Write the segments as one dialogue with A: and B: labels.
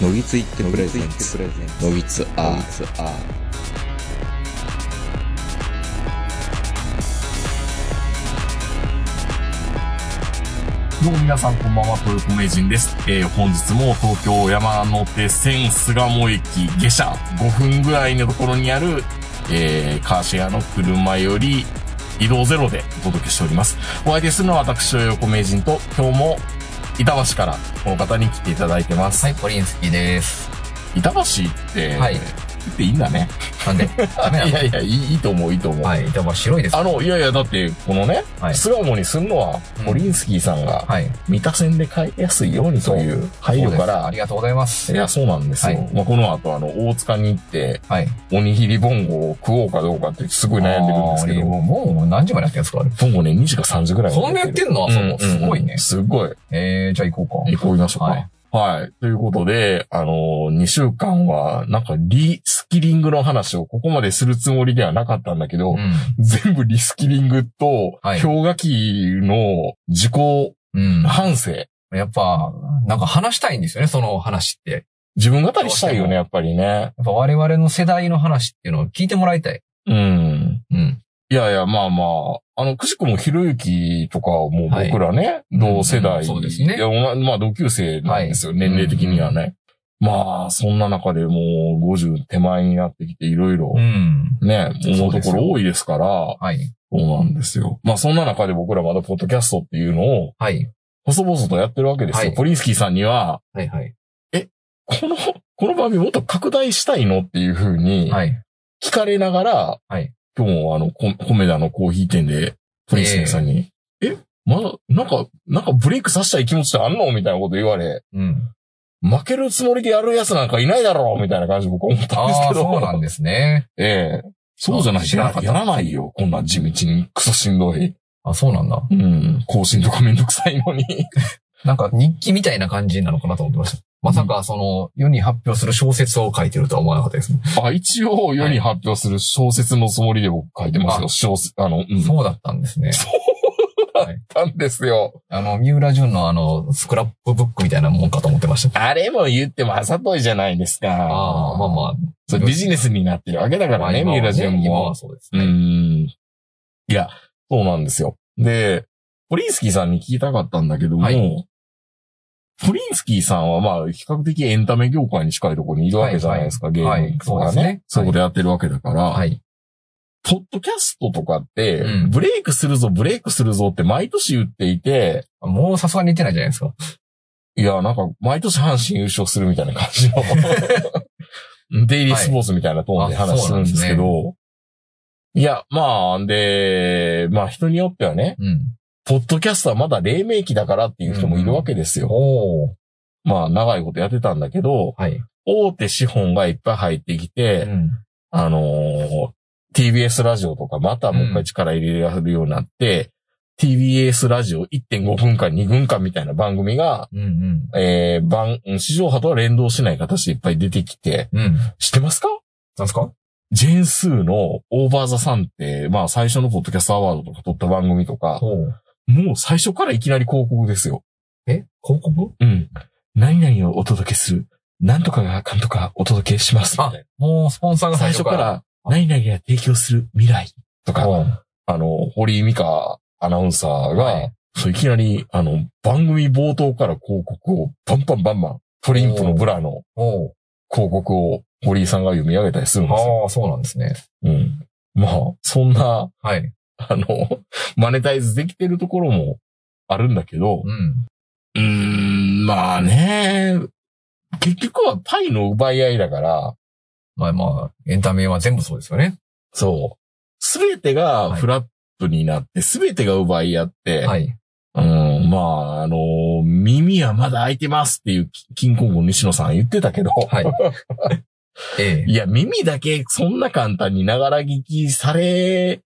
A: のぎついってプレゼンツのぎつアーツアー
B: どうも皆さんこんばんは、豊子名人です。えー、本日も東京山手線巣鴨駅下車5分ぐらいのところにある、えー、カーシェアの車より移動ゼロでお届けしております。お相手するのは私、豊子名人と、今日も板橋からこの方に来ていただいてます。
C: はい、ポリンスキーです。
B: 板橋って、
C: はい
B: っていいんだね。
C: なんで、ダメないの
B: やいや、いいいいと思う、いいと思う。
C: はい、板橋白いです。
B: あの、いやいや、だって、このね、
C: はい
B: 巣鴨にすんのは、ポリンスキーさんが、
C: はい。
B: 三田線で帰りやすいようにという配慮か
C: そうです
B: ら
C: あり、がとうございます。
B: いや、そうなんですよ。
C: はい
B: まあ、この後、あの、大塚に行って、
C: はい。
B: おにぎりボンゴを食おうかどうかってすごい悩んでるんですけ
C: あー
B: ど、
C: もう、もう何時までやってるんですかあれ
B: ボンゴね、2時か3時ぐらい
C: そんなやってんのあそこ。すごいね。
B: すごい。
C: えー、じゃあ行こう
B: 行
C: か。
B: こう行きましょうか。はい。ということで、あのー、2週間は、なんか、リスキリングの話をここまでするつもりではなかったんだけど、
C: う
B: 全部リスキリングと、
C: はい
B: 氷河期の自己
C: ん。
B: 反省。
C: うん。やっぱ、なんか話したいんですよね、その話って。
B: 自分語りしたいよね、やっぱりね。
C: やっぱ我々の世代の話っていうのを聞いてもらいたい。
B: うん。
C: うん。
B: いやいや、まあまあ、あの、くしくもひろゆきとかはもう
C: はい
B: 僕らね、同世
C: うん
B: 代、
C: うんそうですね
B: いや、まあまあ、同級生なんですよ、年齢的にはね。まあ、そんな中でもう50手前になってきて、いろいろ
C: うん。
B: ね、思うところ多いですから、
C: はい。
B: そうなんですよ。まあ、そんな中で僕らまだポッドキャストっていうのを、
C: はい。
B: 細々とやってるわけですよ。
C: はい
B: ポリンスキーさんには、
C: はいはい。
B: この、 この番組もっと拡大したいのっていうふうに、
C: はい。
B: 聞かれながら、
C: はい
B: 今日もあの、ココメダのコーヒー店で、プリンスさんに、えまだ、なんか、なんかブレイクさせたい気持ちってあんのみたいなこと言われ、
C: うん。
B: 負けるつもりでやるやつなんかいないだろうみたいな感じで僕思ったんです
C: ああー、
B: けど。
C: そうなんですね。
B: ええそうじゃない
C: 知らな
B: や
C: かった
B: やらないよ。こんな地道にクソしんどい。
C: あ、そうなんだ。
B: うん。更新とかめんどくさいのに。
C: なんか日記みたいな感じなのかなと思ってました。まさかその世に発表する小説を書いてるとは思わなかったですね。
B: あ、一応世に発表する小説のつもりで僕書いてますよ。小説、あの、うん。
C: そうだったんですね。
B: なんですよ。
C: あの、三浦淳のあの、スクラップブックみたいなもんかと思ってました。
B: あれも言ってもあざといじゃないですか。
C: ああ、まあま
B: そう、ビジネスになってるわけだ
C: あ。
B: からね、
C: まあ
B: 三浦淳
C: 今は
B: も
C: ね今は。そうです
B: う
C: ね。
B: ん。いや、そうなんですよ。で、ポリンスキーさんに聞きたかったんだけども、
C: はい
B: ポリンスキーさんはまあ、比較的エンタメ業界に近いところにいるわけじゃないですか、
C: いはい
B: ゲームとかね。
C: はいそうですね
B: そういうことやってるわけだから、
C: はい。
B: ポッドキャストとかって、
C: うん
B: ブレイクするぞ、ブレイクするぞって毎年言っていて、
C: もうさすがに言ってないじゃないですか。
B: いや、なんか、毎年阪神優勝するみたいな感じ の、デイリースポーツみたいなトーンで
C: はい
B: 話するんですけ
C: あそ
B: ど、いや、まあ、で、まあ人によってはね、
C: うん。
B: ポッドキャストはまだ黎明期だからっていう人もいるわけですよ。
C: おお。
B: まあ、長いことやってたんだけど、
C: はい。
B: 大手資本がいっぱい入ってきて、
C: うん。
B: あのー TBS ラジオとかまたもう一回力入れられるようになって、TBS ラジオ1.5分間、2分間みたいな番組が、
C: うんうん。
B: えー、番、市場波とは連動しない形でいっぱい出てきて、
C: うん。
B: 知ってますか
C: なんすか
B: ジェーンスーのオーバーザサンって、まあ最初のポッドキャストアワードとか撮った番組とか、
C: おう
B: もう最初からいきなり広告ですよ。
C: え広告
B: うん。何々をお届けする。なんとかがかんとかお届けします。
C: あ、もうスポンサーが
B: 最
C: 最初
B: 初か
C: から。
B: ら、何々が提供する未来とか、
C: おう
B: あの、堀井美香アナウンサーが、
C: はい
B: そういきなり、あの、番組冒頭から広告をバンバンバンバン、トリンプのブラの
C: おう
B: 広告を堀井さんが読み上げたりするんですよ。
C: ああ、そうなんですね。
B: うん。まあ、そんな、
C: はい。
B: あの、 マネタイズできてるところもあるんだけど、
C: うん。
B: うーん、まあね、結局はパイの奪い合いだから、
C: まあまあ、エンタメは全部そうですよね。
B: そう。すべてがフラットになって、すべてが奪い合って、
C: はい。
B: うん、まあ、あの耳はまだ開いてますっていう、キンコンゴ西野さん言ってたけど、
C: はい。ええ
B: いや、耳だけそんな簡単にながら聞きされ、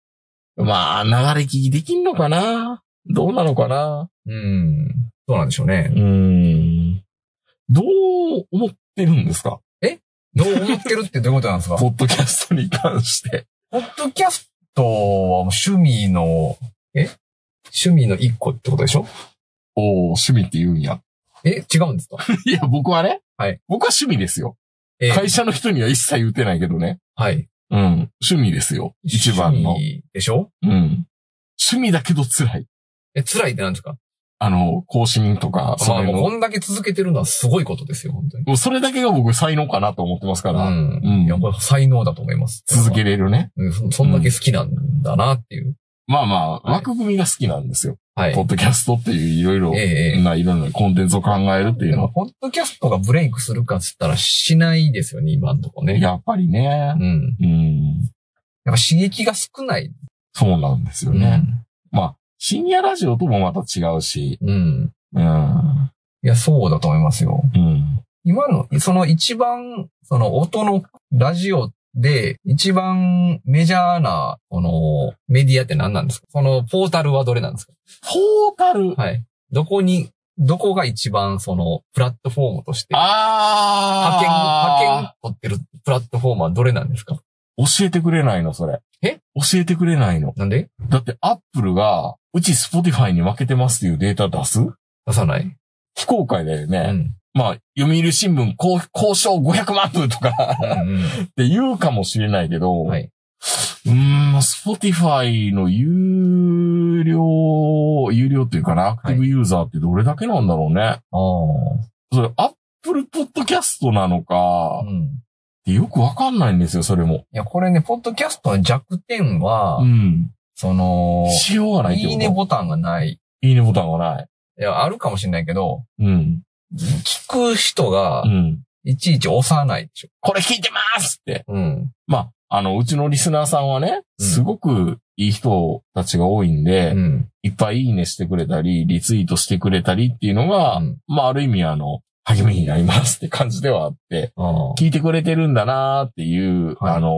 B: まあ、流れ聞きできんのかなどうなのかな
C: うん。そうなんでしょうね
B: う。ーん。どう思ってるんですか
C: どう思ってるってどういうことなん ですか
B: ポッドキャストに関して。
C: ポッドキャストはもう趣味の、え趣味の一個ってことでしょ
B: おお趣味って言うんや。
C: え違うんですか
B: いや、僕はね、
C: はい
B: 僕は趣味ですよ。
C: ええ
B: 会社の人には一切言ってないけどね。
C: はい。
B: うん。趣味ですよ。一番の
C: 趣。味でしょ
B: うん。趣味だけど辛い。
C: え、辛いって何ですか
B: あの、更新とか、そ
C: まあ、
B: れ
C: もうこ
B: の。
C: んだけ続けてるのはすごいことですよ、本当に。
B: もうそれだけが僕才能かなと思ってますか
C: う
B: ら。
C: ん。
B: うん
C: いや、これ才能だと思います。
B: 続けれるね。
C: うんそそんだけ好きなんだなっていう。
B: まあまあ、
C: はい
B: 枠組みが好きなんですよ。
C: はい
B: ポ。ッドキャストっていういろいろ
C: ええ、ええ。
B: な、いろんなコンテンツを考えるってい
C: で
B: うの
C: も、
B: は、
C: ポッドキャストがブレイクするかっつったらしないですよね、今んとこね。
B: やっぱりね
C: う。ん。
B: うん。
C: やっぱ刺激が少ない。
B: そうなんですよね。まあ、深夜ラジオともまた違うし、
C: うん。うん。
B: うん。
C: いや、そうだと思いますよ。
B: うん。
C: 今の、その一番、その音のラジオで、一番メジャーな、この、メディアって何なんですかそのポータルはどれなんですか
B: トータル。
C: はい。どこに、どこが一番、その、プラットフォームとして、派遣、
B: あー。
C: 派遣取ってるプラットフォームはどれなんですか
B: 教えてくれないの、それ。
C: え
B: 教えてくれないの。
C: なんで
B: だって、アップルが、うち Spotify に負けてますっていうデータ出す
C: 出さない
B: 非公開だよ
C: う
B: ね。
C: ん。
B: まあ、読売新聞、交交渉500万部とか
C: う、ん
B: って言うかもしれないけど、
C: うん。はい。
B: うーん、Spotify の有料、有料っていうかな、アクティブユーザーってどれだけなんだろうね。
C: ああ。
B: それ、Apple Podcast なのか
C: う、ん。
B: ってよくわかんないんですよ、それも。
C: いや、これね、ポッドキャストの弱点は、
B: うん。
C: その、
B: しようがないってこと
C: いいねボタンがない。
B: いいねボタンがない。
C: いや、あるかもしれないけど、
B: うん。
C: 聞く人が
B: う、ん。
C: いちいち押さないでしょ。
B: これ聞いてますって。
C: うん。
B: まあ、あの、うちのリスナーさんはね、
C: うん
B: すごくいい人たちが多いんで、
C: うん。
B: いっぱいいいねしてくれたり、リツイートしてくれたりっていうのが、
C: うん
B: まあ、ある意味あの、励みになりますって感じではあって、
C: ああ。
B: 聞いてくれてるんだなーっていう、
C: はい
B: あの、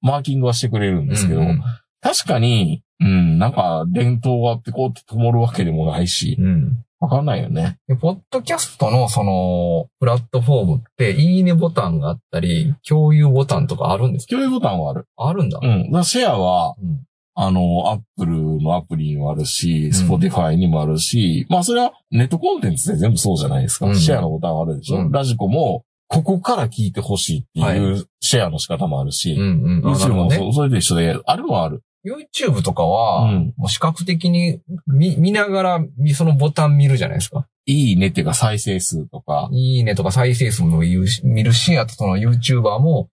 B: マーキングはしてくれるんですけど、
C: うん
B: 確かに、うん、なんか、伝統がってこうって灯るわけでもないし
C: う、ん。
B: わかんないよね。
C: でポッドキャストのその、プラットフォームって、いいねボタンがあったり、共有ボタンとかあるんですか
B: 共有ボタンはある。
C: あるんだ。
B: うん。だからシェアは、
C: うん。
B: あの、アップルのアプリにもあるし、ス
C: う
B: ポ
C: ん
B: ティファイにもあるし、まあそれはネットコンテンツで全部そうじゃないですか。
C: うん
B: シェアのボタンはあるでしょ、
C: うん
B: ラジコも、ここから聞いてほしいって
C: はい
B: いうシェアの仕方もある
C: う
B: し、
C: んうん。あな
B: YouTube
C: るほど
B: も
C: ね
B: そうそれで一緒で、あるはある。
C: YouTube とか
B: う
C: は、
B: ん。
C: もう視覚的に見、見ながら、みそのボタン見るじゃないですか。
B: いいねっていうか再生数とか、
C: いいねとか再生数も言うし、見るし、あとその YouTuber も、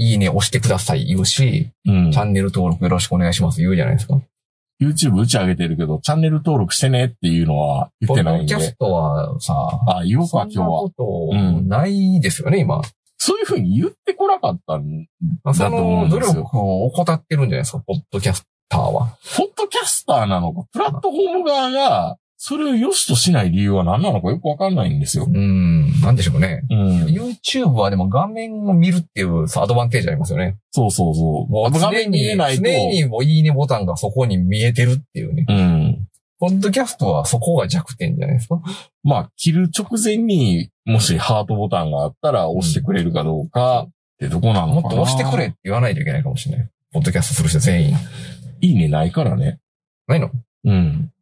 C: いいね押してください言うし、
B: うん
C: チ。ャンネル登録よろしくお願いします言うじゃないですか。
B: YouTube うち上げてるけど、チャンネル登録してねっていうのは言
C: ポ
B: って
C: ッ
B: ない
C: ド
B: ん
C: キャ
B: で
C: ス。トはさ、
B: あ、言おう
C: そ
B: か
C: んな
B: 今日は
C: こ。とないですよね、今。
B: そういうふうに言ってこなかったん
C: まあそ
B: だと思
C: の
B: うん
C: 努
B: ですよ
C: 力を怠ってるんじゃないですか、ポッドキャスターは。
B: ポッドキャスターなのか、プラットフォーム側が、それを良しとしない理由は何なのかよくわかんないんですよ
C: う。ん、なんでしょうね。
B: うん。
C: YouTube はでも画面を見るっていうさアドバンテージありますよね。
B: そうそうそう。
C: もう
B: 画
C: 常
B: 面
C: に、
B: 見えないと
C: 常。にもういいねボタンがそこに見えてるっていうね。
B: うん。
C: ポッドキャストはそこが弱点じゃないですか。
B: まあ、切る直前にもしハートボタンがあったら押してくれるかどうかってとこなの
C: も
B: かな。
C: っと押してくれっ。て言わないといけないかもしれない。ポッドキャストする人全員。
B: いいねないからね。
C: ないの
B: うん。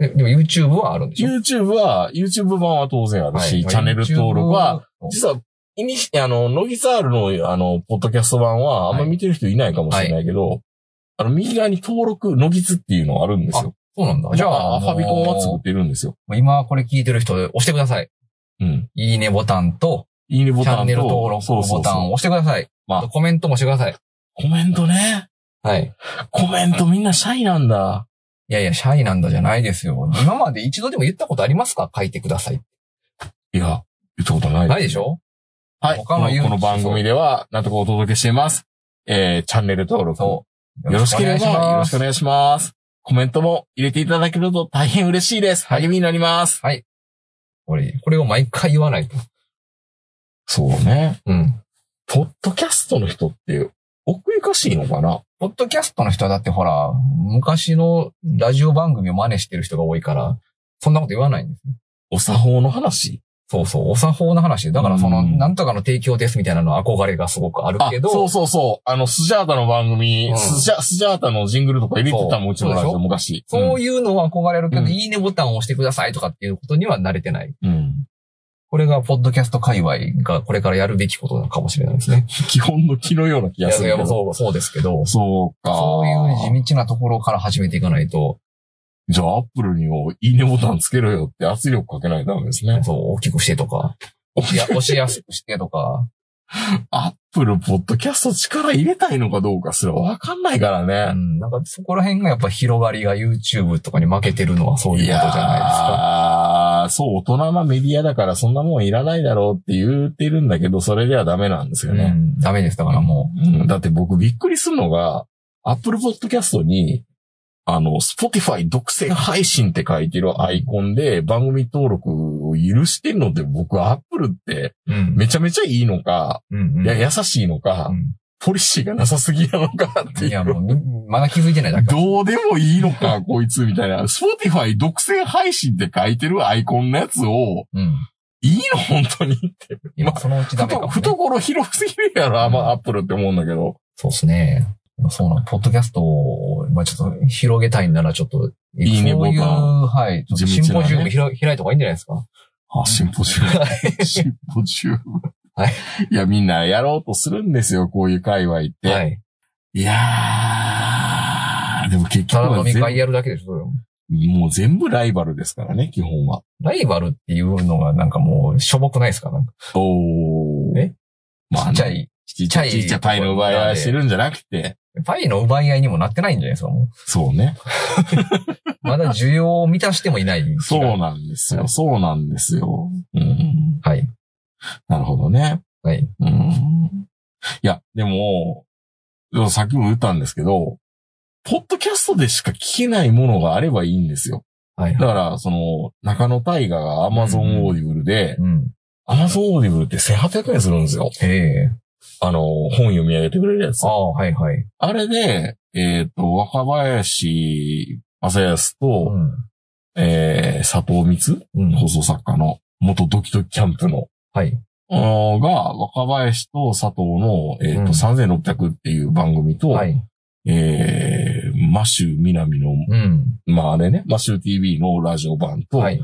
C: えでも YouTube はあるんでしょ
B: YouTube は、YouTube 版は当然あるし、
C: はい
B: チャンネル登録は、、
C: YouTube
B: 実は、イニシ、あの、ノギザールの、あの、ポッドキャスト版は、あんまり見てる人いないかもしれないけど、あの、右側に登録、ノギツっていうのがあるんですよ。
C: そうなんだ。
B: じ
C: じ
B: ゃ
C: ゃ
B: あ、
C: あ、
B: ファビコンは作っ
C: も
B: てるんですよ。
C: う今これ聞いてる人押してください。
B: うん。
C: いいねボタンと、
B: いいねボ
C: チ
B: タンと。
C: ャンネル登録
B: そうそ
C: ボ
B: う
C: タン
B: そ
C: を押してください。
B: まあ
C: あとコメントもしてください。
B: う。コメントね。
C: はい。
B: コメントみんなシャイなんだ。
C: いやいや、シャイなんだじゃないですよ。今まで一度でも言ったことありますか書いてください。
B: いや、言ったことない。
C: ないでしょ
B: はい。
C: 他
B: こ
C: の
B: の
C: 言う
B: この番組では、なんとかお届けしています。えー、チャンネル登録を
C: そ
B: よろしければ、よろしくお
C: ね。
B: 願いします。コメントも入れていただけると大変嬉しいです。励みになります。
C: これ、これを毎回言わないと。
B: そうね。
C: うん。
B: ポッドキャストの人って奥ゆかしいのかな
C: ポッドキャストの人はだってほら、昔のラジオ番組を真似してる人が多いから、そんなこと言わないんですよ。
B: お作法の話
C: そうそう、お作法の話で。だからその、
B: うん
C: なんとかの提供ですみたいなの憧れがすごくある
B: あ
C: け、ど、
B: そうそうそう。あの、スジャータの番組、
C: うん
B: スジャ、スジャータのジングルとか入れてたもん、うち
C: そう
B: のラ
C: そう
B: ジ
C: でし
B: オ
C: ょ
B: 昔。
C: そういうのは憧れるけど、
B: うん
C: いいねボタンを押してくださいとかっていうことには慣れてない。
B: うん。うん。
C: これが、ポッドキャスト界隈がこれからやるべきことなのかもしれないですね。
B: 基本の気のような気
C: い
B: がするけ
C: や
B: ど。
C: そう、そうですけど、
B: そうか。
C: そういう地道なところから始めていかないと、
B: じゃあ、アップルにもいいねボタンつけろよって圧力かけないとダメです ね。
C: そう、大きくしてと か、いや、押しやすくしてとか、
B: アップル、ポッドキャスト力入れたいのかどうかすらわかんないから
C: う
B: ね。
C: ん、なんかそこら辺がやっぱ広がりが YouTube とかに負けてるのはそういうことじゃない
B: やーそう、大人なメディアだからそんなもんいらないだろうって言ってるんだけど、それではダメなんです
C: い
B: よ
C: ですか。う
B: ね。
C: ん、ダメです。だからも
B: うんだって僕びっくりするのが、アップルポッドキャストに、あの、Spotify 独占配信って書いてるアイコンで番組登録を許してるので、僕アップルって
C: う、うん、
B: めちゃめちゃいいのか、
C: うん、うん。
B: いや、優しいのか
C: う、ん
B: ポリシーがなさすぎなのかって
C: い
B: いう
C: や、。もうみ、まだ気づいてないだけ。
B: どうでもいいのか、 こいつ、みたいな。Spotify 独占配信って書いてるアイコンのやつを、
C: うん。
B: いいの本当にって。
C: 今、そのうちダメかも、ね。
B: 懐広すぎるやろ、まあ、アップルって思うんだけど。
C: そうですね。そうなん、ポッドキャストを、まあちょっと広げたいならちょっと、
B: いいね
C: そういう、
B: ボタ
C: はい、ちょっとシンポジウムひら開いた方がいいんじゃないですか。
B: あ、シンポジウム。シンポジウム。
C: はい。
B: いや、みんなやろうとするんですよ、こういう界隈って。、
C: はいい。
B: やー、でも結局
C: ただ
B: は
C: 飲み
B: 全
C: 会やるだけでしょ、それは
B: もう全部ライバルですからね、基本は。
C: ライバルっていうのがなんかもう、しょぼくないですかなんか。
B: おー。
C: え
B: まあ、
C: ちっちゃい
B: ちっちゃい、ちっちゃいパイの奪い合いしてるんじゃなくて、
C: パイの奪い合いにもなってないんじゃないですか、も
B: そうね。
C: う。まだ需要を満たしてもいない気が。
B: そうなんです
C: は
B: よ。
C: い
B: そうなんですよ。うん。
C: はい。
B: なるほどね。
C: はい。
B: うん。いや、でも、でもさっきも言ったんですけど、ポッドキャストでしか聞けないものがあればいいんですよ。
C: はい。
B: だから、その、中野大河が Amazon オーディブルで、
C: うん。
B: Amazon オーディブルって1800円するんですよ。
C: へえ。
B: あの、本読み上げてくれるやつ
C: あ。あ、はいはい。
B: あれで、えっ、と、若林正康
C: う
B: と、
C: ん。
B: えー、佐藤光
C: うん。
B: 放送作家の元ドキドキキャンプの
C: はい。
B: うんが、若林と佐藤の、え
C: うん
B: っ、と、3600っていう番組と、
C: はい。
B: えー、マシュ南の、
C: うん。
B: まああれね、マシュ TV のラジオ版と、
C: はい。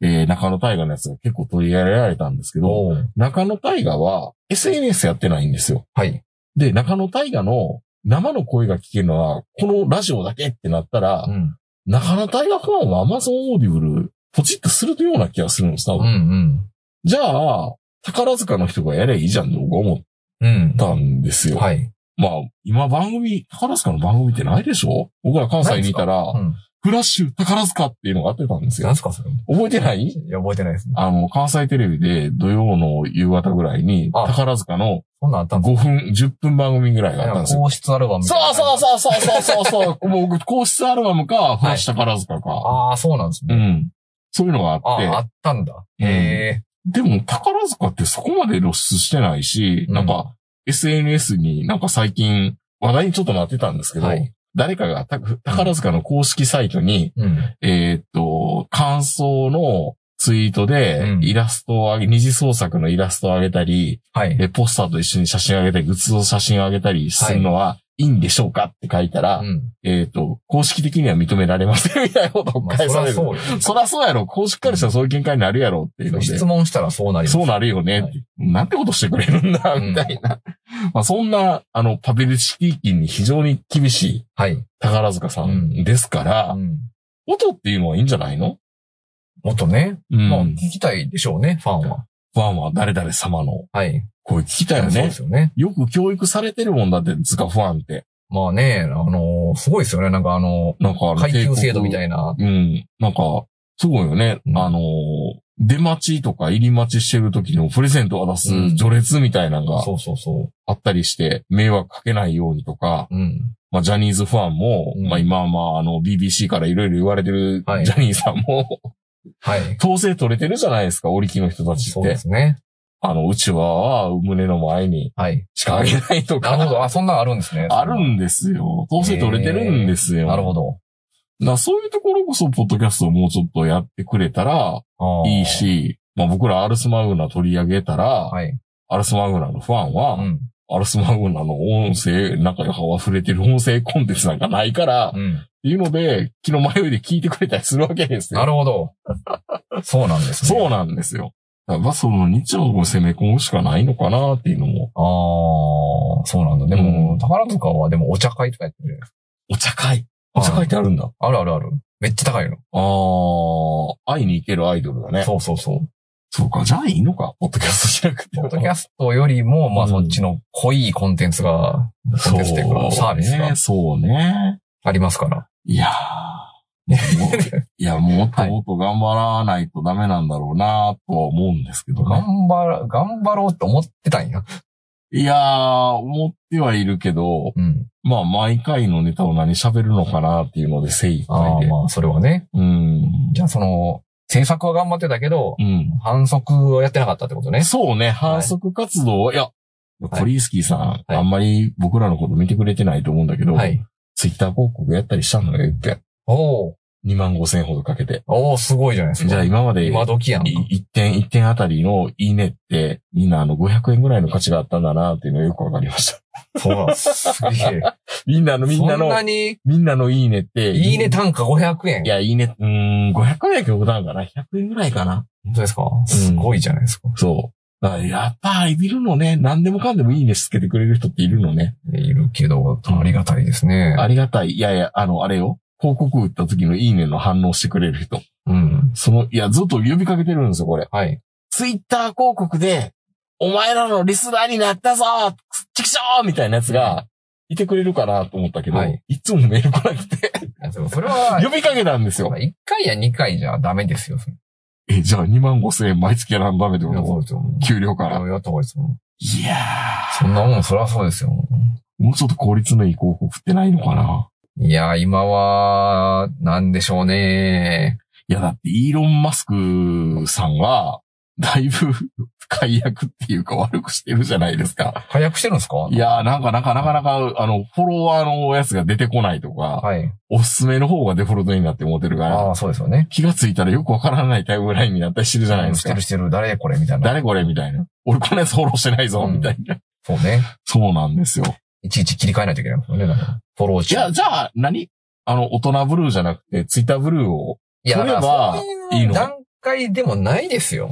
B: えー、中野大河のやつが結構取り上げられたんですけど、
C: おー
B: 中野大河は SNS やってないんですよ。
C: はい。
B: で、中野大河の生の声が聞けるのは、このラジオだけってなったら、
C: うん。
B: 中野大河ファンは Amazon オーディブル、ポチッとするような気がするんです、多
C: うんう
B: 分。
C: ん。
B: じゃあ、宝塚の人がやればいいじゃんって僕は思っ
C: うん。
B: たんですよ。
C: はい。
B: まあ、今番組、宝塚の番組ってないでしょ僕ら関西にいたら
C: う、ん。
B: フラッシュ宝塚っていうのがあってたんですよ
C: 何。すか、それ。い
B: 覚えてない
C: や、覚えてないですね。
B: あの、関西テレビで土曜の夕方ぐらいに、
C: あ
B: 宝塚の
C: そんなんあったんで
B: 5分、10分番組ぐらい
C: す
B: があっ
C: か
B: たんですよ。
C: 皇室アルバムみた
B: そ
C: いな。
B: うそうそうそうそうそうそう。もう僕、皇室アルバムか、フラッシュ宝塚か。
C: ああ、そうなんです
B: う
C: ね。
B: ん。そういうの
C: あ
B: が
C: あ、あ
B: あって、
C: ったんだ。
B: うん
C: へえ。
B: でも宝塚ってそこまで露出してないし、
C: うん
B: なんか SNS になんか最近話題にちょっとなってたんですけど、
C: はい
B: 誰かがた宝塚の公式サイトに、
C: うん。
B: えーっと、感想のツイートで
C: うん
B: イラストをあげ、二次創作のイラストをあげたり、
C: はい。
B: えポスターと一緒に写真をあげたり、グッズの写真をあげたりするのはいいんでしょうかって書いたら、
C: うん。
B: えーっと、公式的には認められません みたいなことを
C: まあ、そ
B: 返
C: り
B: さ
C: ゃ
B: れる。
C: そうよ。
B: そらそうやろ。公式からしたらそういう見解になるやろっていうので。
C: 質問したらそうなります。
B: そうなるよね、
C: はい
B: なんてことしてくれるんだ、
C: うん
B: みたいな。 まあそんな、あの、パビリシティ金に非常に厳しい
C: はい。
B: 宝塚さ
C: うんん
B: ですから、
C: うん
B: 音っていうのはいいんじゃないの
C: もっとね、
B: うん。
C: まあ、聞きたいでしょうね、ファンは。
B: ファンは誰々様の
C: はい。
B: 声聞きたい
C: そ
B: よ
C: うで
B: ね。
C: すよね。
B: よく教育されてるもんだって、ズカファンって。
C: まあね、あのーすごいですよね。なんかあの
B: なんかあ
C: ー
B: の、
C: 階級制度み
B: い
C: たいな。
B: な。うん。なんか、すごいよね。
C: うん
B: あのー、出待ちとか入り待ちしてる時のプレゼントを出す
C: うん
B: 序列みたいなのが
C: そうそうそ
B: あったりして、迷惑かけないようにとか、
C: う。うん。
B: まあ、ジャニーズファンも、
C: うん
B: まあ、今はまあ、あの、BBC からいろいろ言われてる、
C: はい
B: ジャニーさんも、
C: はい。
B: 統制取れてるじゃないですか、オリキの人たち
C: そ
B: っ
C: うで
B: て。
C: すね。
B: あの、うちは、胸の前に
C: はい。
B: しかあげないと
C: な
B: か。
C: るほど。あ、そんなんあるんですね。
B: あるんですよ。統制取れてるんですよ。
C: なるほ
B: ど。
C: ど。
B: そういうところこそ、ポッドキャストをもうちょっとやってくれたら
C: あー
B: いい。し、まあ僕らアルスマグナ取り上げたら、
C: はい。
B: アルスマグナのファンは、
C: うん。
B: アルスマグナの音声、中が溢れてる音声コンテンツなんかないから、
C: うん。
B: っていうので、気の迷いで聞いてくれたりするわけですよ。
C: なるほど。そうなんですね。
B: そうなんですよ。やっぱその日曜を攻め込むしかないのかなっていうのも。
C: ああ、そうなんだ。でも、
B: うん
C: 宝塚はでもお茶会とかやってるじゃないです
B: お茶会
C: か。
B: お茶会ってあるんだ。あ
C: あるあるある。めっちゃ高いの。
B: あ、会いに行けるアイドルだね。
C: そうそうそう。
B: そうか、じゃあいいのか、ポッドキャストじゃなくて。
C: ポッドキャストよりも、まあ
B: うん
C: そっちの濃いコンテンツが
B: そ
C: コンテンツっていうかサービスが
B: ね、そうね。
C: ありますから。
B: いやー。もういや、もっともっと頑張らないとダメなんだろうなとは思うんですけどね。
C: 頑張ら、頑張ろうって思ってたんや。
B: いやー、思ってはいるけど、
C: うん。
B: まあ、毎回のネタを何喋るのかなっていうので精一
C: あ
B: 杯
C: あ、
B: で。
C: まあそれはね。
B: うん。
C: じゃあその、制作は頑張ってたけど
B: う、ん。
C: 反則をやってなかったってことね。
B: そうね、反則活動、い、や、コリースキーさん、
C: い
B: あんまり僕らのこと見てくれてないと思うんだけど、
C: はい。
B: ツイッター広告やったりしたのよ、いっぺん。
C: おー
B: 2万5千ほどかけて。
C: おーすごいじゃないですか。
B: じゃあ今まで
C: 今時やんか。
B: 1点、1点あたりのいいねって、みんなあの500円ぐらいの価値があったんだなっていうのがよくわかりました。
C: そうだすげえ。
B: みんなの、 みんな
C: そん
B: の
C: な、に、
B: みんなのいいねって。
C: いいね単価500円。
B: いや、いいね、うーん、500円やけど普段かな ?100 円ぐらいかな
C: 本当ですかすごいじゃないですか。
B: そう。だからやっぱりビルのね、何でもかんでもいいねつけてくれる人っているのね。
C: いるけど、ありがたいですね。
B: ありがたい。いやいや、あの、あれよ。広告打った時のいいねの反応してくれる人。
C: うん。
B: その、いや、ずっと呼びかけてるんですよ、これ。
C: はい。
B: ツイッター広告で、お前らのリスナーになったぞチクショーみたいなやつが、いてくれるかなと思ったけど、
C: はいい、
B: つもメール来なくて、
C: でもそれは、
B: 呼びかけたんですよ。
C: 1回や2回じゃダメですよ。それ
B: え、じゃあ2万5千円毎月やらんダメってこ
C: いやそう
B: と
C: ですよ。もう
B: 給料か
C: い
B: ら。
C: ろいろとこですもん
B: いや
C: そんなもん、そりゃそうですよ。
B: ー、もうちょっと効率のいい広告ってないのかない
C: や、今は、なんでしょうね。
B: いや、だってイーロン・マスクさんは、だいぶ 解約っていうか悪くしてるじゃないですか。
C: 解約してるんですか
B: いやー、なんか、なんか、なかなか、あの、フォロワーのやつが出てこないとか、
C: はい。
B: おすすめの方がデフォルトになって思ってるから、
C: ああ、そうですよね。
B: 気がついたらよくわからないタイムラインになったりしてるじゃないです
C: して
B: か
C: る。してる、誰これみたいな。
B: 誰これみたいな。俺このやつフォローしてないぞ、
C: うん
B: みたいな。
C: そうね。
B: そうなんですよ。
C: いちいち切り替えないといけないですよね。だからフォロー
B: い
C: 中。
B: や、じゃあ何、あの、大人ブルーじゃなくて、ツイッターブルーを。
C: いや、
B: 取れば
C: だからそう
B: い
C: い
B: いうの
C: 段階でもないですよ。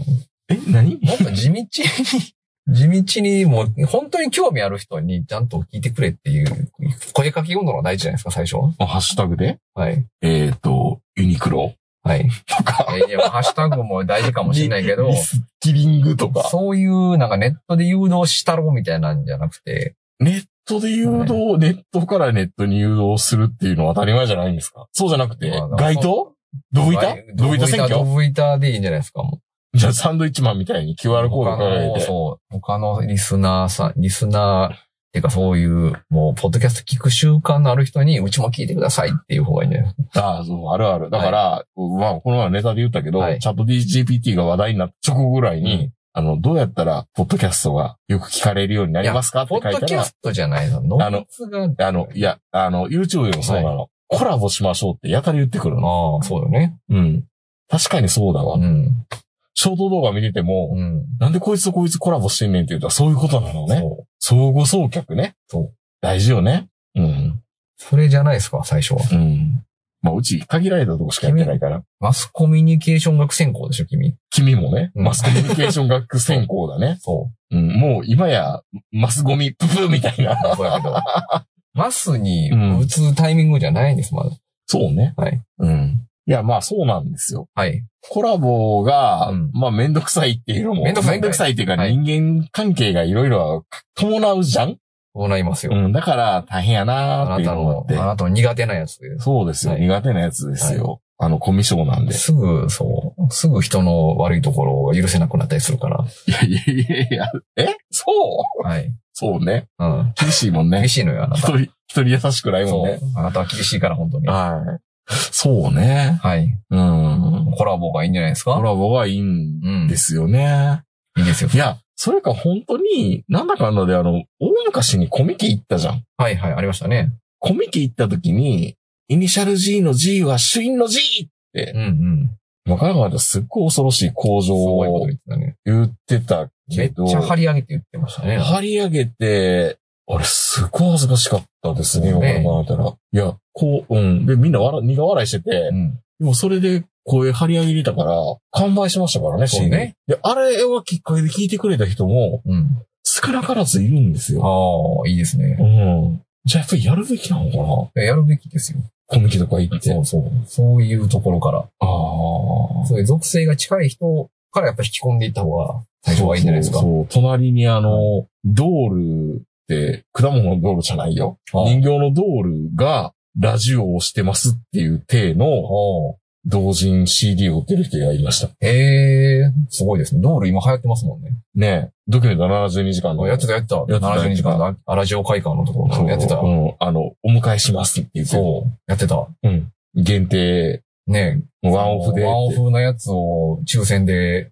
B: え、何
C: もっと地道に、地道に、もう、本当に興味ある人にちゃんと聞いてくれっていう、声かけ読むのが大事じゃないですか、最初は。
B: ハッシュタグで
C: はい。
B: えっ、と、ユニクロ
C: はい。
B: とか。
C: いやいや、ハッシュタグも大事かもしれないけど
B: リ、スキリングとか。
C: そういう、なんかネットで誘導したろうみたいなんじゃなくて、
B: ネットで誘導、ネットからネットに誘導するっていうのは当たり前じゃないんですかそうじゃなくて、
C: まあ
B: 街頭ドブ板ドブ板選
C: ド
B: 挙
C: ブ板でいいんじゃないですか、もう。
B: じゃあサンドイッチマンみたいに QR コー
C: 他
B: ド掲
C: の
B: げて。
C: そう、他のリスナーさん、リスナー、っていうかそういう、もう、ポッドキャスト聞く習慣のある人に、うちも聞いてくださいっていう方がいいんじゃないです
B: ああ、そう、あるある。だから、まあ、この前のネタで言ったけど、
C: はい
B: チャット GPT が話題になった直後ぐらいに、
C: うん
B: あの、どうやったら、ポッドキャストがよく聞かれるようになりますかって
C: か。ポ
B: 書い
C: ッド
B: た
C: キャストじゃないの。
B: あの
C: ノイズが
B: ら、あの、いや、あの、YouTube でもそうなの、コラボしましょうってやたら言ってくるの。
C: ああ、そうよね。
B: うん。確かにそうだわ。
C: ん。
B: ショート動画見てても、
C: うん。
B: なんでこいつとこいつコラボしてんねんって言うとそういうことなのね。
C: そう。
B: 相互相客ね。
C: そう。
B: 大事よね。うん。
C: それじゃないですか、最初は。
B: うん。まあ、うち限られたとこしかやってないから。
C: マスコミュニケーション学専攻でしょ、君。
B: 君もね、
C: うん
B: マスコミュニケーション学専攻だね。
C: そ
B: うん、もう今や、マスゴミ、ププーみたい な。
C: う。そうやけ ど。マスに打つタイミングじゃないんです、まだ。
B: そうね。
C: はい。
B: うん。いや、まあそうなんですよ。
C: はい。
B: コラボが、
C: うん
B: まあめんどくさいっていうのも、
C: めんどくさいんかい
B: っていうか、
C: はい
B: 人間関係がいろいろ伴うじゃん
C: そうなりますよ。
B: うん、だから大変やなーっ
C: あな
B: ていう
C: た
B: のもあ
C: の
B: っ、
C: あ
B: て。
C: なたの苦手なやつです。
B: そうですよ、
C: はい
B: 苦手なやつですよ。あの、コミュ障なんで。
C: すぐ、そう。すぐ人の悪いところを許せなくなったりするから。
B: いやいやいやいや、えそう
C: はい。
B: そうね。
C: うん。
B: 厳しいもんね
C: 厳。しいのよ、あな
B: 一
C: た。
B: 人、一人優しくないもん
C: そう
B: ね。。
C: あなたは厳しいから、本当に。
B: はい。そうね。
C: はい。
B: うん。
C: コラボがいいんじゃないです
B: コ
C: か
B: ラボはいいん
C: うん。
B: ですよね。
C: いいですよ
B: い。や、それか本当に、なんだかんだであの、大昔にコミケ行ったじゃん。
C: はいはい、ありましたね。
B: コミケ行った時に、イニシャル G の G は主因の G!
C: うんうん。
B: わからなかったすっごい恐ろしい工
C: す
B: 場
C: ごいこと
B: を
C: 言ってたね。
B: 言ってた
C: め
B: け
C: っ
B: ど、
C: ちゃ張り上げて言ってましたね。
B: 張り上げて、あれ、すごい恥ずかしかったですね、
C: そう
B: 今
C: ね
B: から考えたら。いや、こう、うん。で、みんな笑、苦笑いしてて
C: う、ん。
B: でもそれで声張り上げれたから、完売しましたからね、
C: そうね
B: CD。で、あれはきっかけで聞いてくれた人も
C: うん。
B: 少なからずいるんですよ。
C: ああ、いいですね
B: う。ん。じゃあやっぱりやるべきなのかな
C: やるべきですよ。
B: コミケとか行って。
C: そう
B: そう。
C: そういうところから。
B: ああ。
C: そういう属性が近い人からやっぱ引き込んでいった方が最初はいいんじゃないですか。
B: そうそう隣にあの、ドールって、果物のドールじゃないよ。
C: あ
B: 人形のドールがラジオをしてますっていう体の同人 CD を売ってる人がいました。
C: へえ、すごいですね。ドール今流行ってますもんね。
B: ねえ。ドキュメント72時間の。
C: やってたやってた。
B: ってた
C: 72時間のラジオ会館のところ
B: そう
C: のやってた
B: う。ん。あの、お迎えしますって言って。
C: そう。やってた。
B: 限定、
C: ね
B: ワンオフで
C: ワンオ
B: って。
C: フのやつを抽選で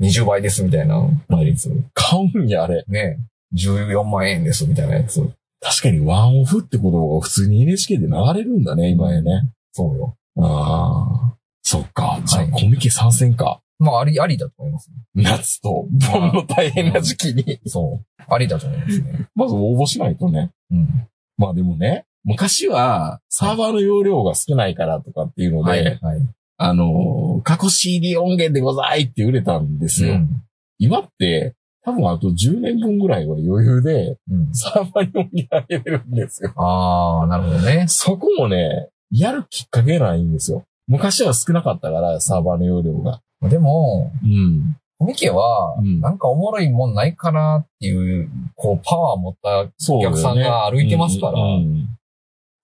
C: 20倍ですみたいな倍率。
B: 買うんや、あれ。
C: ね14万円ですみたいなやつ。
B: 確かにワンオフってことが普通に NHK で流れるんだね、今やね。
C: そうよ。
B: ああ。そっか。じゃあ、
C: はい
B: コミケ参戦か。
C: まあ、あり、ありだと思います。
B: 夏と、盆の大変な時期に。
C: そう。ありだと思いますね。
B: まず応募しないとね。
C: うん。
B: まあでもね、昔はサーバーの容量が少ないからとかっていうので、
C: はい。はい。
B: あのー、過去 CD 音源でございって売れたんです
C: う
B: よ。
C: ん
B: 今って、多分あと10年分ぐらいは余裕で
C: うん。
B: サーバーに音源上げれるんですよ。
C: ああ、なるほどね。
B: そこもね、やるきっかけないんですよ。昔は少なかったから、サーバーの容量が。
C: でも、
B: うん。
C: コミケは
B: う、ん
C: なんかおもろいもんないかなっていう、こう、パワー持った、
B: そうだよね、
C: お客さんが歩いてますから
B: うんうん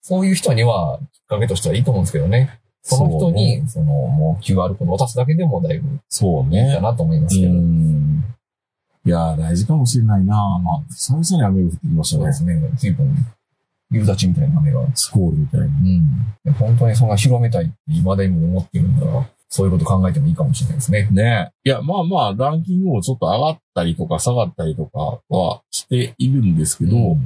C: そういう人には、きっかけとしてはいいと思うんですけどね。その人に、その、もう QR コード渡すだけでもだいぶい
B: そう
C: い
B: ね
C: か。なと思いますけ
B: う
C: ど。
B: ん。いやー、大事かもしれないなあ、久々に雨が降ってきまし
C: そう
B: た
C: で
B: ね。
C: すね。随分、夕立ちみたいな雨が。う
B: スコールみたいな。
C: ん。本当にそんな広めたいって今でも思ってるんだから、そういうこと考えてもいいかもしれないですね。
B: ねえ。いや、まあまあ、ランキングもちょっと上がったりとか下がったりとかはしているんですけど、
C: うん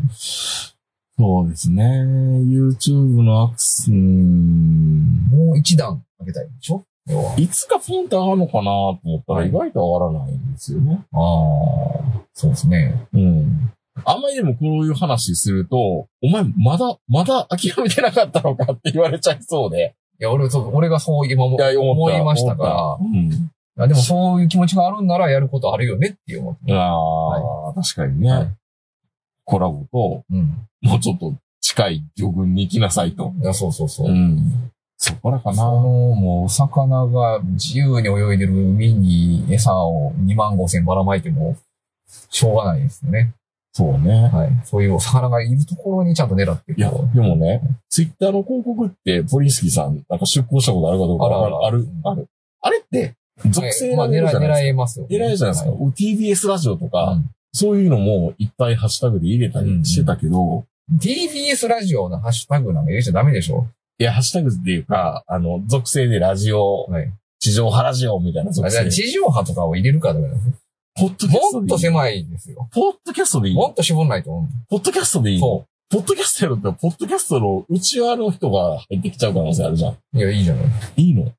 B: そうですね。YouTube のアクス、うん
C: もう一段上げたいでしょ要は。
B: いつかポンと上がるのかなと思ったら
C: はい
B: 意外と上がらないんですよね。
C: ああ、そうですね。
B: うん。あんまりでもこういう話すると、お前まだ、まだ諦めてなかったのかって言われちゃいそうで。
C: いや、俺、そう、俺がそう今も
B: いや思った
C: 思いましたか
B: うん。
C: ら、あでもそういう気持ちがあるんならやることあるよねって思って。
B: ああ、確かにね、
C: はい
B: コラボと、
C: うん。
B: もうちょっと近い魚群に行きなさいと。
C: いや、そうそうそう。
B: ん。そこらか
C: あの、
B: な。
C: もう、お魚が自由に泳いでる海に餌を2万5千ばらまいても、しょうがないですよね。
B: そうね。
C: はい。そういうお魚がいるところにちゃんと狙って
B: いや、
C: こう
B: でもね、ツイッターの広告って、ポリンスキーさん、なんか出稿したことあるかどうかわからん
C: ある
B: ある、ある。あれって、属性が出る
C: まあ
B: じゃ
C: 狙え、
B: な
C: 狙
B: いで
C: え
B: すか。
C: ますよ、
B: 出ないじゃないですか。
C: は
B: TBS ラジオとか、
C: うん
B: そういうのもいっぱいハッシュタグで入れたりしてたけど、
C: TBS ラジオのハッシュタグなんか入れちゃダメでしょ
B: いや、ハッシュタグっていうか、あの、属性でラジオ、
C: はい。
B: 地上波ラジオみたいな
C: あ
B: 属
C: じゃあ
B: 性。
C: 地上波とかを入れるかダメなんですよ
B: ポッドキャスト
C: もっ
B: で
C: と
B: いい。
C: 狭いですよ。
B: ポッドキャストでいい。
C: もっと絞んないと思。
B: ポッドキャストでいうい。
C: そ
B: ポッドキャストやるって、ポッドキャストの内側の人が入ってきちゃう可能性あるじゃん。
C: う。いや、いいじゃない。
B: いいの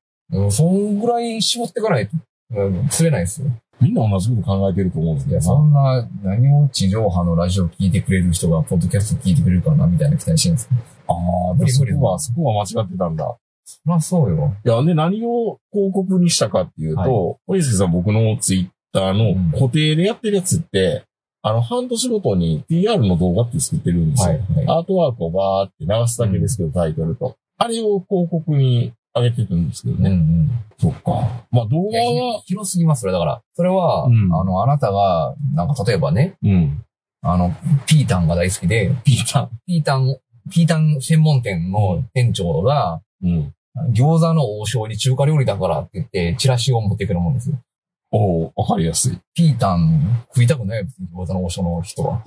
C: うん、そんぐらい絞っていかないと。うん釣れないですよ。
B: みんな同じこと考えてると思うんです
C: い
B: け
C: や、
B: ど
C: そ
B: さ。
C: んな、何を地上波のラジオ聞いてくれる人が、ポッドキャスト聞いてくれるかな、みたいな期待してるんですけど
B: ああ、でもそ
C: 無理無理
B: こは、そこは間違ってたんだ。
C: そりゃそうよ。
B: いや、で、何を広告にしたかっていう
C: はい
B: と、小泉さん僕のツイッターの
C: うん
B: 固定でやってるやつって、あの、半年ごとに PR の動画って作ってるんですよ。
C: はい
B: アートワークをバーって流すだけですけど、タイトルと。あれを広告に上げてるんですけど
C: うんう
B: ね。
C: ん。
B: そっか。まあ、動
C: い
B: 画
C: や
B: は、
C: 広すぎますよ。だから、それは、
B: うん
C: あの、あなたが、なんか例えばね、
B: うん。
C: あの、ピータンが大好きで、
B: ピータ
C: ピータン、ピータン専門店の店長が、
B: ー。うん。
C: 餃子の王将に中華料理だからって言って、チラシを持ってくるもんですよ。
B: おうわかりやすい。
C: ピータン食いたくないよ、別に餃子の王将の人は。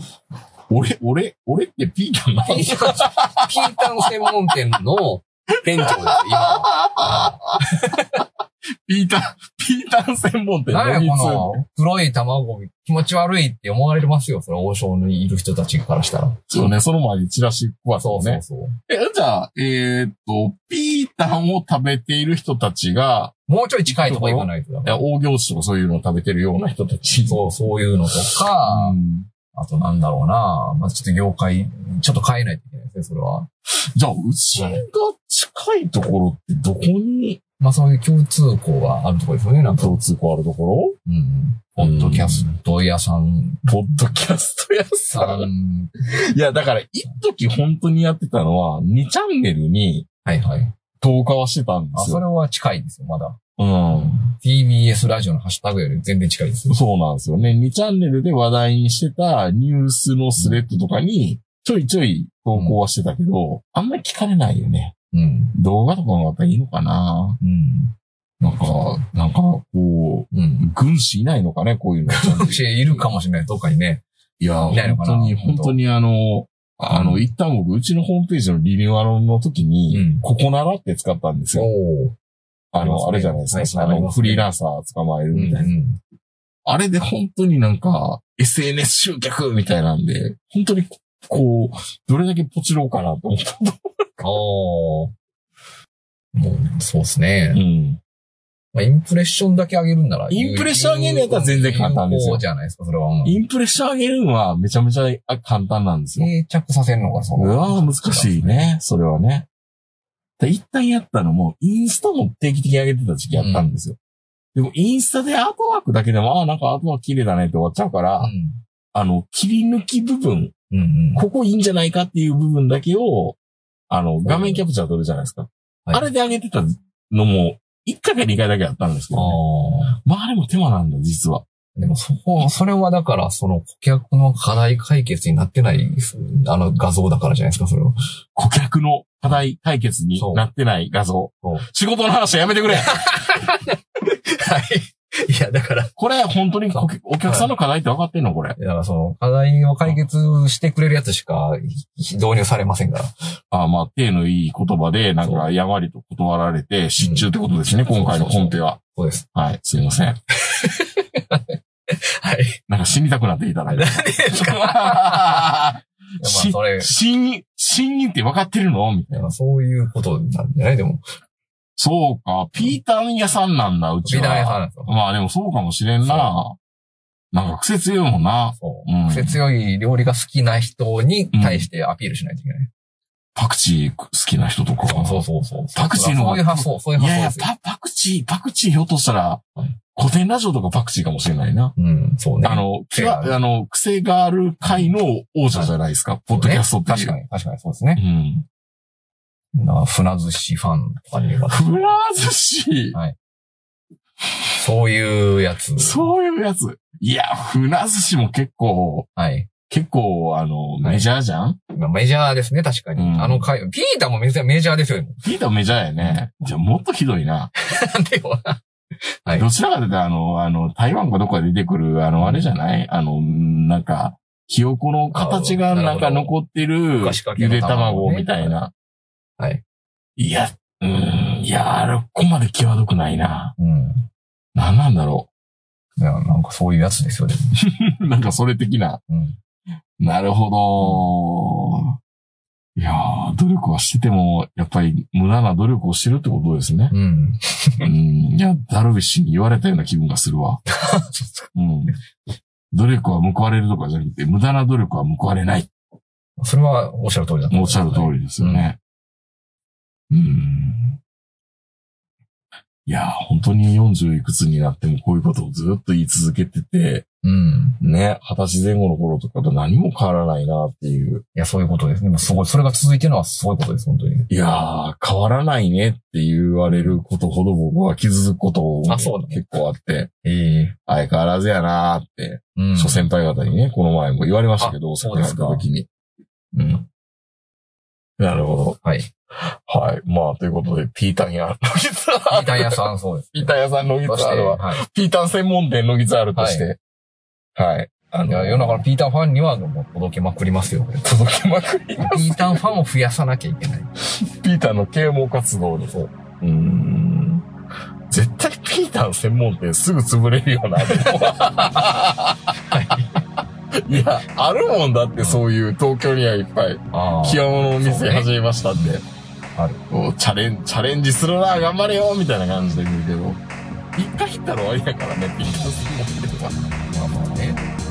B: 俺、俺、俺ってピーターな
C: ピ
B: の
C: ータン、ピータン専門店の店長です、今は。
B: ピーター、ピーター専門店
C: 何
B: の
C: や
B: 密
C: この黒い卵気持ち悪いって思われますよ。それ王将にいる人たちからしたら。
B: そうね、その前にチラシ配って
C: そうそ
B: ね
C: う。そう。
B: え、じゃあ、えーっと、ピータンを食べている人たちが、
C: もうちょい近いとこ行かないとだ
B: いや大行地とかそういうのを食べてるような人たち。
C: そう、そういうのとか、
B: うん
C: あとなんだろうな。まあ、ちょっと業界、ちょっと変えないといけないですね、それは。
B: じゃあ、うちが近いところってどこに
C: まあそういう共通項があるところですよね、なんか。
B: 共通項あるとこ
C: うん。ポッドキャスト屋さん、
B: ろポッドキャスト屋
C: さ
B: さん。
C: ん。
B: いや、だから、一時本当にやってたのは、2チャンネルに
C: はいはい。
B: 投下はしてたんで
C: あ、
B: す
C: そ
B: よ。
C: れは近いですよ、まだ。
B: うん。
C: TBS ラジオのハッシュタグより全然近いです。
B: そうなんですよね。2チャンネルで話題にしてたニュースのスレッドとかに、ちょいちょい投稿はしてたけど、あんまり聞かれないよね。
C: うん。
B: 動画とかもやっぱいいのかな
C: うん。
B: なんか、なんか、こう、
C: うん。
B: 軍師いないのかね、こういうの。
C: 私いるかもしれない、どっかにね。
B: いや、
C: いないの
B: 本
C: かな
B: 当に、本当にあの、あの、一旦僕、うちのホームページのリニューアルの時に、
C: うん
B: ココナラって使ったんですよ。
C: おー
B: あの、あ
C: ありますね
B: れじゃないですか。
C: はい
B: あ
C: あり
B: の、
C: ますね
B: フリーランサー捕まえる
C: う
B: み
C: ん
B: たいな。あれで本当になんか、SNS 集客みたいなんで、本当に、こう、どれだけポチろうかなと思った。
C: あーもう、そうですね。
B: ん。
C: まあ、インプレッションだけ上げるんなら。
B: インプレッション上げるやつは全然簡単ですよ
C: そうじゃないですか、それは。うん
B: インプレッション上げるのはめちゃめちゃあ簡単なんですよ。
C: 定着させるのがそうの。
B: わー難しい。ね。それはね。で一旦やったのも、インスタも定期的に上げてた時期やったんですよ。でも、インスタでアートワークだけでも、ああ、なんかアートワーク綺麗だねって終わっちゃうから、
C: うん。
B: あの、切り抜き部分、
C: うんうん。
B: ここいいんじゃないかっていう部分だけを、あの、画面キャプチャー撮るじゃないですか。
C: はい
B: あれで上げてたのも、1回か2回だけやったんですけど、ね、
C: ああ。
B: まあ、あれも手間なんだ、実は。
C: でもそこは、それはだから、その顧客の課題解決になってない、あの画像だからじゃないですか、それは。
B: 顧客の課題解決になってない画像
C: そうそう。
B: 仕事の話はやめてくれ
C: はい。いや、だから、
B: これ本当に顧客お客さんの課題って分かってんのこれ。
C: だからその課題を解決してくれるやつしかひ導入されませんから。
B: ああまあ、手のいい言葉で、なんか、やんわりと断られて、失注ってことですね、
C: うん
B: 今回のコンペは。
C: そうです。
B: はい、すいません。
C: はい。
B: なんか死にたくなっていただ いて。
C: ですか
B: し
C: それ
B: 死に、死にって分かってるのみたいな。
C: そういうことなんじゃないでも。
B: そうか、ピータン屋さんなんだ、うち
C: 美
B: は。
C: 大派なんですよ。
B: まあでもそうかもしれんな。なんか癖強いもんな。
C: そうう。
B: ん
C: 癖強い料理が好きな人に対してアピールしないといけない。
B: パクチー好きな人とか。
C: そうそうそう。
B: パクチーの
C: そ
B: 方
C: ういう発想、そういう
B: い
C: 発
B: やい
C: 想
B: や
C: です、よ。
B: パ、パクチー、パクチーひょっとしたら
C: はい、
B: 古典ラジオとかパクチーかもしれないな。
C: うん、そうね。
B: あの、
C: 癖
B: き
C: があ
B: わ
C: る
B: あの、癖がある回の王者じゃないですか、ポッドキャストっていう。
C: 確かに、確かにそうですね。
B: うん。
C: なんか船寿司ファンとかには
B: フラ寿司、
C: そういうやつ。
B: そういうやつ。いや、船寿司も結構、
C: はい。
B: 結構、あの、
C: はい
B: メジャーじゃん
C: まあメジャーですね、確かに。
B: うん
C: あの回、ピーターもメジャーメジャーですよ、でも
B: ピーターメジャーやね。じゃあ、もっとひどいな。
C: なんでよ。はい
B: どちらかというと、あの、あの、台湾かどこかで出てくる、あの、あれじゃないあの、なんか、ひよこの形がなんか
C: あなる
B: 残
C: ほ
B: ってる
C: ふかしか、け
B: ゆ
C: の
B: で
C: 卵
B: 卵
C: ね
B: みたいな。
C: はい。
B: いや、うーん、いや、あれ、ここまで際どくないな。
C: うん。
B: なんなんだろ
C: いやなんかそういうやつですよ、でも
B: う。なんかそれ的な。
C: うん。
B: なるほど。いやー、努力はしてても、やっぱり無駄な努力をしてるってことです ね。
C: うん。
B: うん、いや、ダルビッシュに言われたような気分がする わ。うん。努力は報われるとかじゃなくて、無駄な努力は報われない。
C: それはおっしゃる通りだと
B: お
C: 思い
B: っ
C: ます
B: しゃる通りですよね。うん。いやー、本当に40いくつになってもこういうことをずっと言い続けてて、
C: うん。
B: ね、二十歳前後の頃とかと何も変わらないなっていう。
C: いや、そういうことです。でもすごい、それが続いてるのはすごいことです、本当に。
B: いやー、変わらないねって言われることほど僕は傷つくことを
C: あそうなの
B: 結構あって、
C: ええ
B: 相変わらずやなーって、
C: うん。
B: 諸先輩方にね、この前も言われましたけど、
C: そうですか
B: 大阪に行った時に。
C: うん。
B: なるほ
C: はい。ピ
B: ど。はい。まあ、ということで、ピータン や、ノギツアー
C: ーター屋さん、そう です。
B: ピータン屋さんのギツ
C: そし
B: アー
C: て、
B: ルは、
C: はい。
B: ピータン専門店のギツアールとして、はい。あ
C: いや、世の中のピーターファンには、もう届けまくります よ。
B: 届けまくり、
C: ピーターファンを増やさなきゃいけない。
B: ピータンの啓蒙活動に。う。ーん。絶対ピータン専門店すぐ潰れるよな、でもいや、あるもんだって、そういう東京にはいっぱい。
C: ああ。
B: 清野のお店始めましたって。
C: ある
B: こうチャレン、チャレンジするな、頑張れよみたいな感じで言うけど。一回行ったら終わりやからね、ピータン専門店は。
C: まあまあね。